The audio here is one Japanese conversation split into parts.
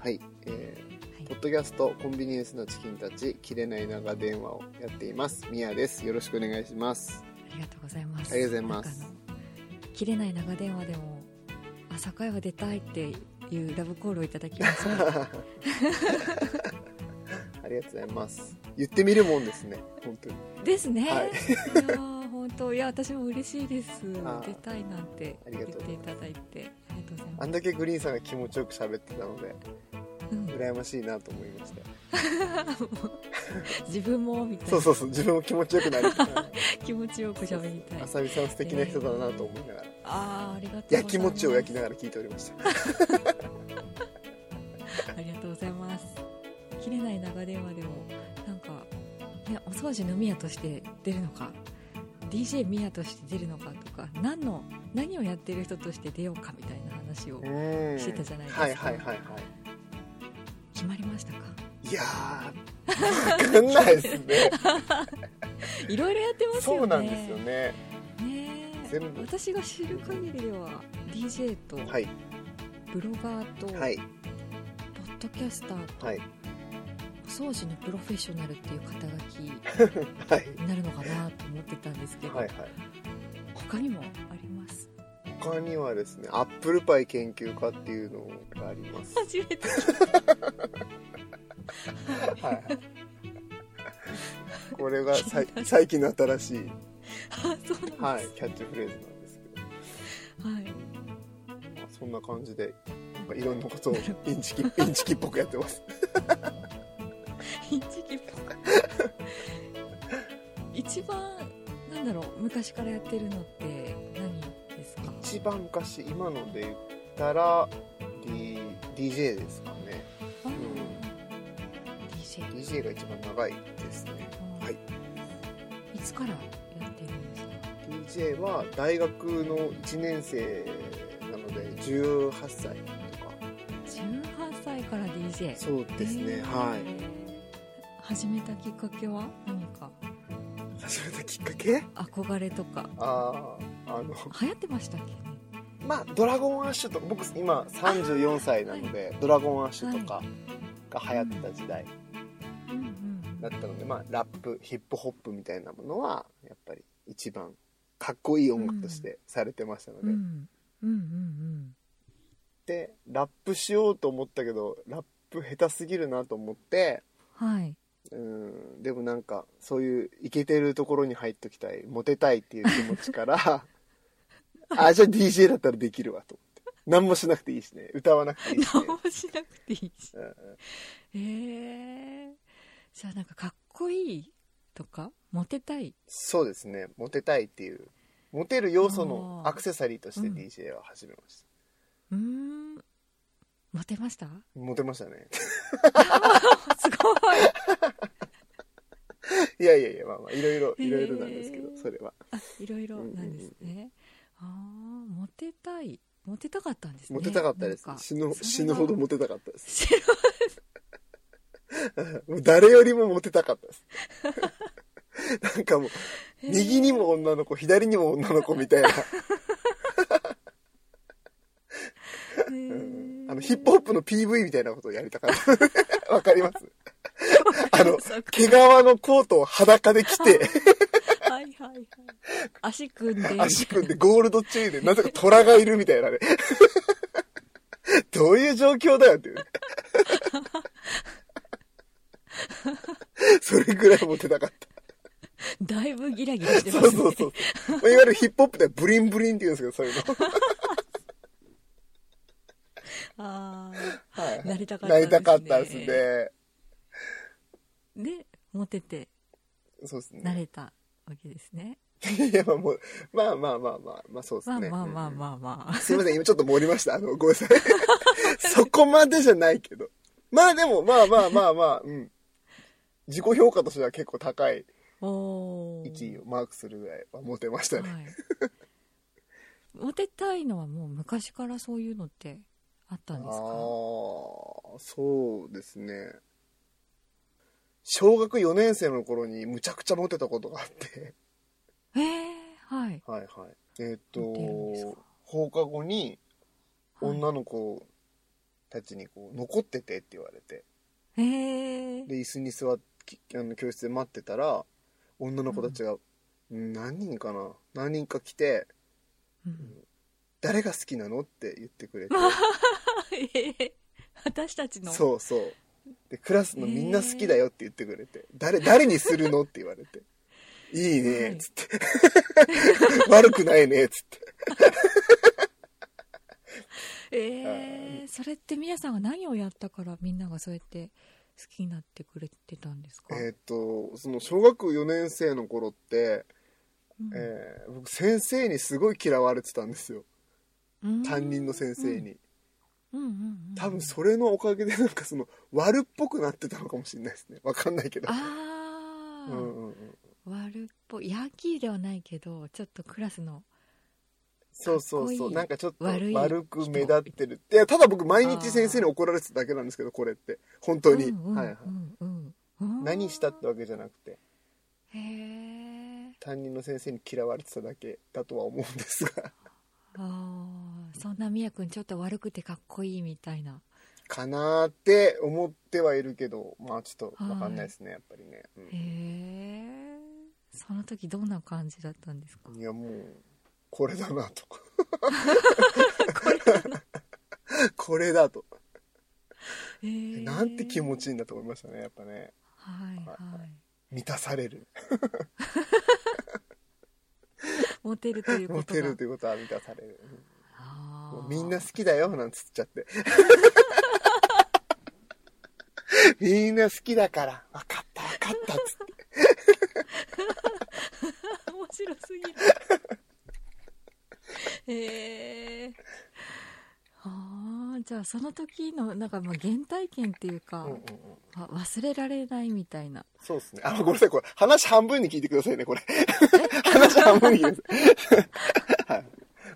はい、えーはいポッドキャストコンビニエンスのチキンたち切れない長電話をやっていますミヤですよろしくお願いしますありがとうございますありがとうございますなんかあの切れない長電話でも朝会話出たいっていうラブコールをいただきまし たありがとうございます言ってみるもんですね本当にですね、はいい、やー本当いや私も嬉しいです あー出たいなんてあり言がっとうていただいてありがとうございまあすんだけグリーンさんが気持ちよく喋ってたのでうん羨ましいなと思いました自分もみたいそうなそうそう自分も気持ちよくなり たい気持ちよく喋りたいあさみさん素敵な人だなと思いながらあーありがとうございます焼き餅を焼きながら聞いておりましたありがとうございます切れない長電話でもなんか、ね、お掃除のミヤとして出るのか DJ ミヤとして出るのかとか何の何をやってる人として出ようかみたいな話をうんしてたじゃないですかはいはいはいはい決まりましたかいやー、わかんないです ね。いろいろやってますよねそうなんですよね。ねえ全部私が知る限りでは DJ とはい、ブロガーとポはッい、ドキャスターとはい、お掃除のプロフェッショナルっていう肩書きはい、になるのかなと思ってたんですけど、はい、はい。他にもあります他にはですね、アップルパイ研究家っていうのがあります。初めてはい。 これがさい最近の新しい、あそうなんはでいす、、キャッチフレーズなんですけど、はいまあ、そんな感じで、なんかいろんなことをインチキ、インチキっぽくやってます。インチキっぽく一番なんだろう昔からやってるのって何ですか一番昔、今ので言ったら、D、DJ ですかね。あーん DJ DJ が一番長いですねあーはいいつからやってるんですか DJ は大学の1年生なので18歳とか18歳から DJ そうですね、えーはい始めたきっかけは何か始めたきっかけ憧れとかあああの流行ってましたっけねまあドラゴンアッシュとか僕今34歳なので、ドラゴンアッシュとかが流行ってた時代うんうんだったので、まあ、ラップヒップホップみたいなものはやっぱり一番かっこいい音楽としてされてましたので、うんうんうんうんでラップしようと思ったけどラップ下手すぎるなと思ってはいうんでもなんかそういうイケてるところに入っときたいモテたいっていう気持ちから あじゃあ DJ だったらできるわと思って何もしなくていいしね歌わなくていいし 何ねもしなくていいしうんうんえー、じゃあなんかかっこいいとかモテたいそうですねモテたいっていうモテる要素のあーアクセサリーとしてうん DJ は始めましうーんモテましたた、モテましたね すごいいやいやいやまあまあいろいろへーいろいろなんですけどそれはあいろいろなんですね、ああモテたいモテたかったんですねモテたかったです、なんか死ぬそれは死ぬほどモテたかったです知らもう 誰よりもモテたかったです なんかもうへー右にも女の子左にも女の子 みたいな、へーうんあのヒップホップの PV みたいなことをやりたかっ たわかりますあのそうか毛皮のコートを裸で着てはいはいはい足組んで足組んでゴールドチェーンでなぜか虎がいるみたいなねどういう状況だよっていうねそれぐらいモテたかっただいぶギラギラしてそまうすねそうそう。まあいわゆるヒップホップではブリンブリンって言うんですけど、そういうの。あはいなりたかったですなねりたかったですね。ーでモテてそうですね。慣れたわけですねいや、まあもう、まあまあまあまあ、まあそうですまあね。まあまああ。まあまあすいません、今ちょっと盛りました。あの、ごめん なさい。そこまでじゃないけど。まあでも、まあまあまあまあ、うん。自己評価としては結構高いおお1位をマークするぐらいはモテましたね。はい、 モテたいのはもう昔からそういうのってあったああんですかー、そうですね。小学4年生の頃にむちゃくちゃモテたことがあって。ええはいはいはい。えーっ、モテるんですかと、放課後にはい女の子たちにこう残っててって言われてへえで椅子に座ってきあの教室で待ってたら女の子たちが、うん何人かな何人か来てうん 「誰が好きなの?」って言ってくれてええ私たちのそうそうでクラスのみんな好きだよって言ってくれて「誰誰にするの?」って言われて「いいね」っつって「 悪くないね」っつってええそれってみやさんが何をやったからみんながそうやって好きになってくれてたんですか、えーっとその小学4年生の頃って、うんえー僕先生にすごい嫌われてたんですよ担任の先生、にうんうんうんうん、多分それのおかげでなんかその悪っぽくなってたのかもしれないですねわかんないけどあうあ、んうんうん悪っぽいヤンキーではないけどちょっとクラスのそうそうそかっこいういなんかちょっと悪い人悪く目立ってるいやただ僕毎日先生に怒られてただけなんですけどこれって本当に、うんうんはいはい、うんうんうん何したってわけじゃなくてへえ担任の先生に嫌われてただけだとは思うんですがあーそんなみやくんちょっと悪くてかっこいいみたいなかなーって思ってはいるけどまあちょっとわかんないですねやっぱりね、うんへえその時どんな感じだったんですかいやもうこれだ なとこれだなこれだとへえなんて気持ちちいいんだと思いましたねやっぱねはいははい満たされるモテるということがモテるということは満たされるうんあもーうみんな好きだよなんつっちゃって みんな好きだから分かった分かったっつって面白すぎるへえあーじゃあその時のなんかまあ原体験っていうか、うんうんうんわ忘れられないみたいなそうですねあごめんなさいこれ話半分に聞いてくださいねこれ話半分に聞いてください、はい、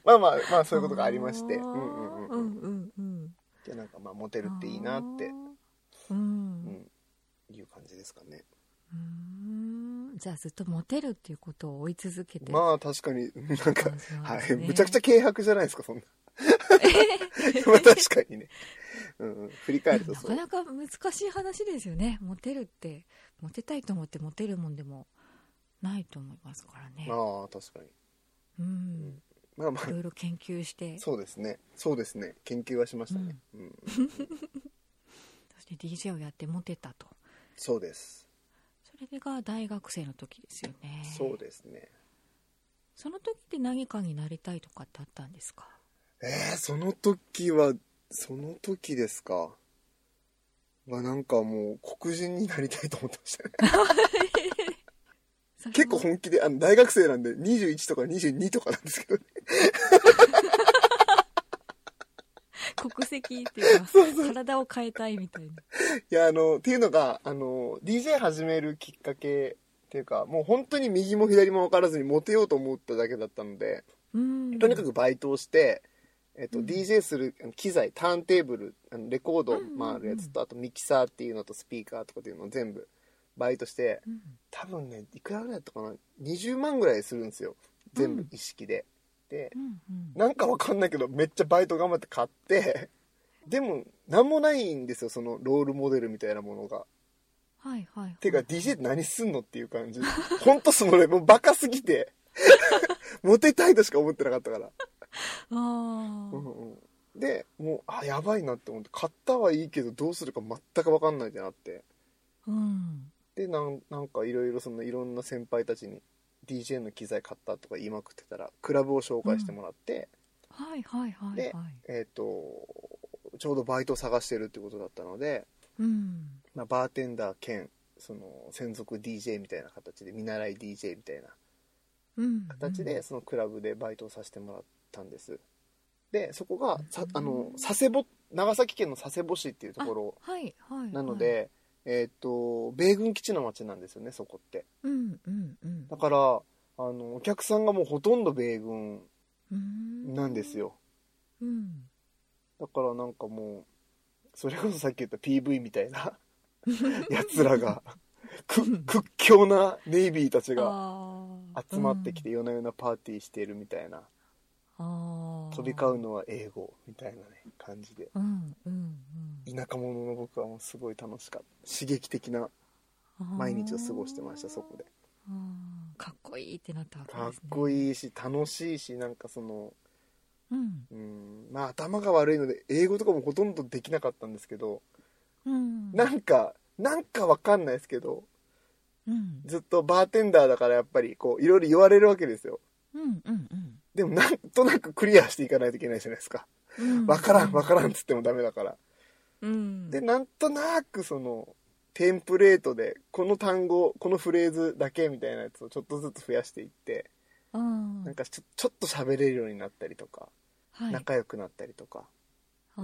まあまあまあそういうことがありましてあうーんうんうん、うんうんうんでなんかまあモテるっていいなっあて、ーうんうん、いう感じですかねうーんじゃあずっとモテるっていうことを追い続けてまあ確かになんか、そうですねはいむちゃくちゃ軽薄じゃないですかそん なまあ確かにね、うんうん、振り返でるもとなそうかなか難しい話ですよねモテるってモテたいと思ってモテるもんでもないと思いますからねああ確かうにんまあまいあろいろ研究してそそうですねそうですね研究はしましたね、うんして DJ をやってモテたとそうですそれが大学生の時ですよねそうですねその時って何かになりたいとかってあったんですかえー、その時はその時ですかはなんかもう黒人になりたいと思ってましたねそれは結構本気であの大学生なんで21とか22とかなんですけどね国籍っていうか体を変えたいみたいないやあのっていうのがあの DJ 始めるきっかけっていうかもう本当に右も左も分からずにモテようと思っただけだったのでうんとにかくバイトをして、えっとうん DJ するあの機材ターンテーブルあのレコードうんうんうん回るやつとあとミキサーっていうのとスピーカーとかっていうのを全部バイトしてうん多分ねいくらぐらいだったかな20万ぐらいするんですよ全う部ん一式で。でうんうんなんかわかんないけどめっちゃバイト頑張って買ってでも何もないんですよそのロールモデルみたいなものが。はいはいはいてか DJ って何すんのっていう感じ ほんとそのレベルバカすぎて モテたいとしか思ってなかったから、あーうんうん、でもうあやばいなって思って買ったはいいけどどうするか全く分かんないってなってうんでなんなんかいろいろそのいろんな先輩たちに DJ の機材買ったとか言いまくってたらクラブを紹介してもらって、はいはいはいではいえっ、とちょうどバイトを探してるってことだったので、うんまあ、バーテンダー兼その専属 DJ みたいな形で見習い DJ みたいなうん形うでんそのクラブでバイトをさせてもらったんですでそこがさうんあの佐世保長崎県の佐世保市っていうところはいはいはいなので、えーっと米軍基地の町なんですよねそこってうんうんうんだからあのお客さんがもうほとんど米軍うんなんですようんだからなんかもうそれこそさっき言った PV みたい なやつらがく屈強なネイビーたちがあー集まってきうて夜な夜なパーティーしてるみたいな、んあー飛び交うのは英語みたいなね感じでうんうんうん田舎者の僕はもうすごい楽しかった刺激的なあー毎日を過ごしてましたそこであーかっこいいってなったわけですかねっこいい、いいし楽しいしなんかそのうんうんまあ頭が悪いので英語とかもほとんどできなかったんですけどうん、なんかなんかわかんないですけどうんずっとバーテンダーだからやっぱりこういろいろ言われるわけですようんうんでもなんとなくクリアしていかないといけないじゃないですかうんわからんわからん、んっつってもダメだからうん、でなんとなくそのテンプレートでこの単語このフレーズだけみたいなやつをちょっとずつ増やしていってあーなんかちょちょっと喋れるようになったりとかはい仲良くなったりとか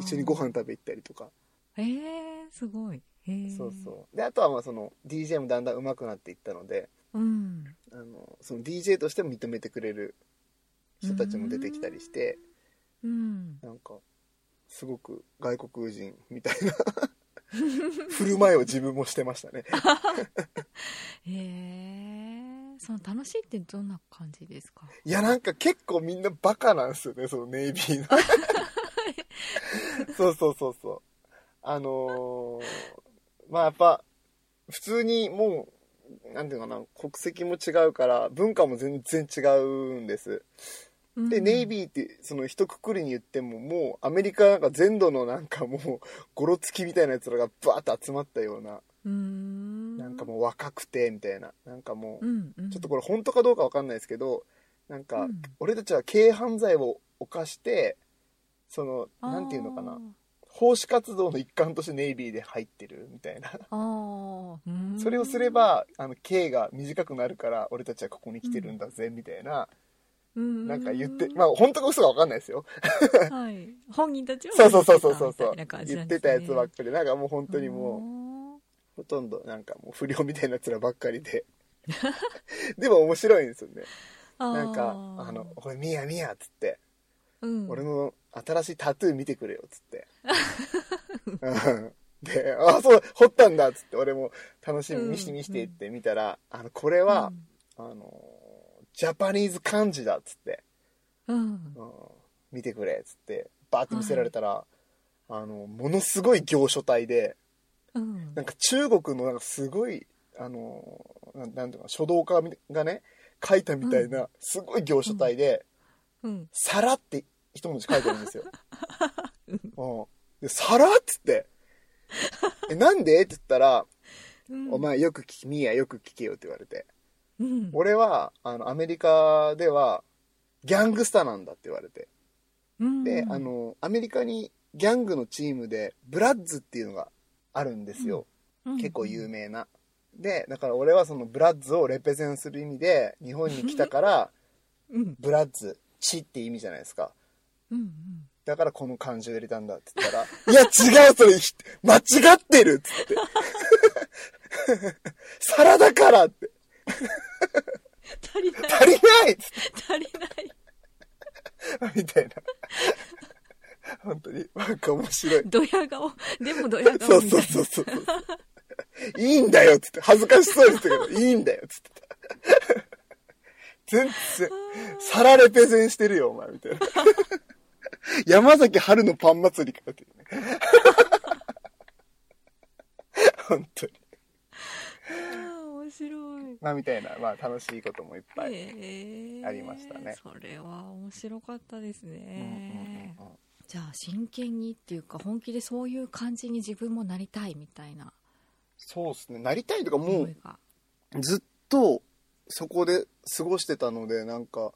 一緒にご飯食べ行ったりとかあーえー、すごいへーそうそうであとはまあその DJ もだんだん上手くなっていったのでうんあのその DJ としても認めてくれる人たちも出てきたりしてうんなんかすごく外国人みたいな 振る舞いを自分もしてましたねへえその楽しいってどんな感じですかいやなんか結構みんなバカなんですよねそのネイビー のそうそうそうそうあのーまあやっぱ普通にもうなんていうのかな国籍も違うから文化も全然違うんですで、ネイービーってその一括りに言ってももうアメリカなんか全土のなんかもうゴロつきみたいなやつらがバーッと集まったようなうんなんかもう若くてみたいななんかもううんうんちょっとこれ本当かどうかわかんないですけどなんうかん俺たちは軽犯罪を犯してそのなんていうのかな奉仕活動の一環としてネイビーで入ってるみたいなあーあーうんそれをすればあの刑が短くなるから俺たちはここに来てるんだぜみたいなうんなんか言ってまあ本当か嘘かわかんないですよはい、本人たちはそうそうそうそうそうそう言ってたみたいな感じな言っんでてすたねやつばっかりなんかもう本当にももうほとんどなんかもう不良みたいなやつらばっか りででも面白いんですよねうなんか「あの、おいミヤミヤ」っつってうん、俺の新しいタトゥー見てくれよっつって。うんで、あ、そう、彫ったんだっつって、俺も楽しうみ、ん見して見してって見たら、あの、これは、あの、ジャパニーズ漢字だっつって、うん、うんうん見てくれっつって、バーって見せられたら、あの、ものすごい行書体で、うんなんか中国のなんかすごい、あの、なんなんていうのか、書道家みがね、書いたみたいな、すごい行書体で、うん、皿って一文字書いてる んですよ。うん、で皿っつって「えなんで?」って言ったらうん「お、前よく聞きミーヤよく聞けよ」って言われてうん「俺はあのアメリカではギャングスターなんだ」って言われてで、あ、のアメリカにギャングのチームでブラッズっていうのがあるんですよ、うん結構有名な。でだから俺はそのブラッズをレペゼンする意味で日本に来たからうんブラッズ血って意味じゃないですか。うんうんだからこの漢字を入れたんだって言ったら、 いや違うそれ、ひ間違ってるっつって。 皿だからって、足りない足りないっつっ足りないて、みたいな。本当に、なんか面白い。ドヤ顔でもドヤそ顔うみそたいうなそうそう。いいんだよっつって、恥ずかしそうにしてたけど、いいんだよっつってた。全然、皿レペゼンしてるよ、お前、みたいな。山崎春のパン祭りかっていうね。本当に。あー面白いまあ、みたいな、まあ、楽しいこともいっぱい。へーありましたねそれは面白かったですうんうんねうんうんじゃあ真剣にっていうか本気でそういう感じに自分もなりたいみたいなそうですね。なりたいとか、も、思いうがずっと、そこで過ごしてたので、なんか、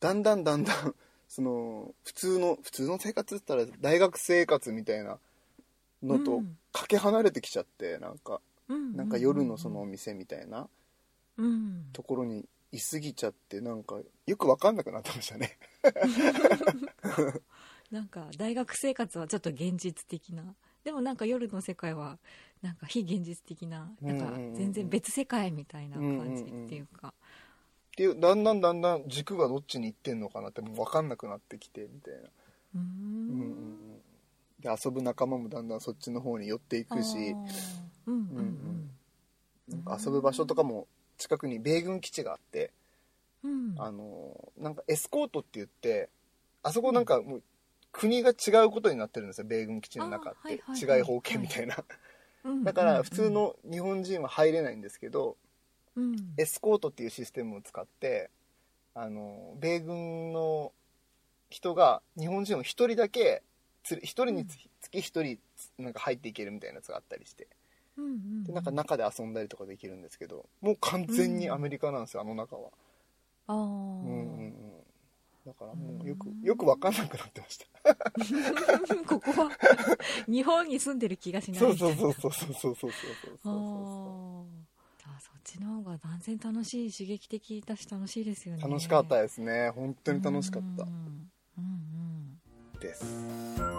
だんだんだんだん、 その、普通の、普通の生活って言ったら、大学生活みたいなのうとん、かけ離れてきちゃって、なんか、なんか夜のそのおうん店みたいなうんところにいすぎちゃって、なんか、よくわかんなくなってましたね。 なんか大学生活はちょっと現実的なでもなんか夜の世界はなんか非現実的ななんかうんうんうん全然別世界みたいな感じっていうかっていう、だんだんだんだん軸がどっちに行ってんのかなって、もうわかんなくなってきて、みたいな。うーうんうんうんんで遊ぶ仲間もだんだんそっちの方に寄っていくあしーうんうんううんんなんか遊ぶ場所とかも近くに米軍基地があって、うんあのーなんかエスコートって言ってあそこなんかもう国が違うことになってるんですよ米軍基地の中っあーはいてはいはい違い法権みたいなうんだから普通、の日本人は入れないんですけどうんうんエスコートっていうシステムを使ってあの米軍の人が日本人を1人だけつれ一人につきつき1人つなんか入っていけるみたいなやつがあったりしてうんうんでなんか中で遊んだりとかできるんですけどもう完全にアメリカなんですよあの中はああ、うんうんうんだからもうよくよく分かんなくなってました ここは日本に住んでる気がしないそうそうそうそうそうそうそうそうそうあそーあそっちの方が断然楽しい刺激的だし楽しいですようね楽しかったですね本当本に楽しかっうんたうんうんです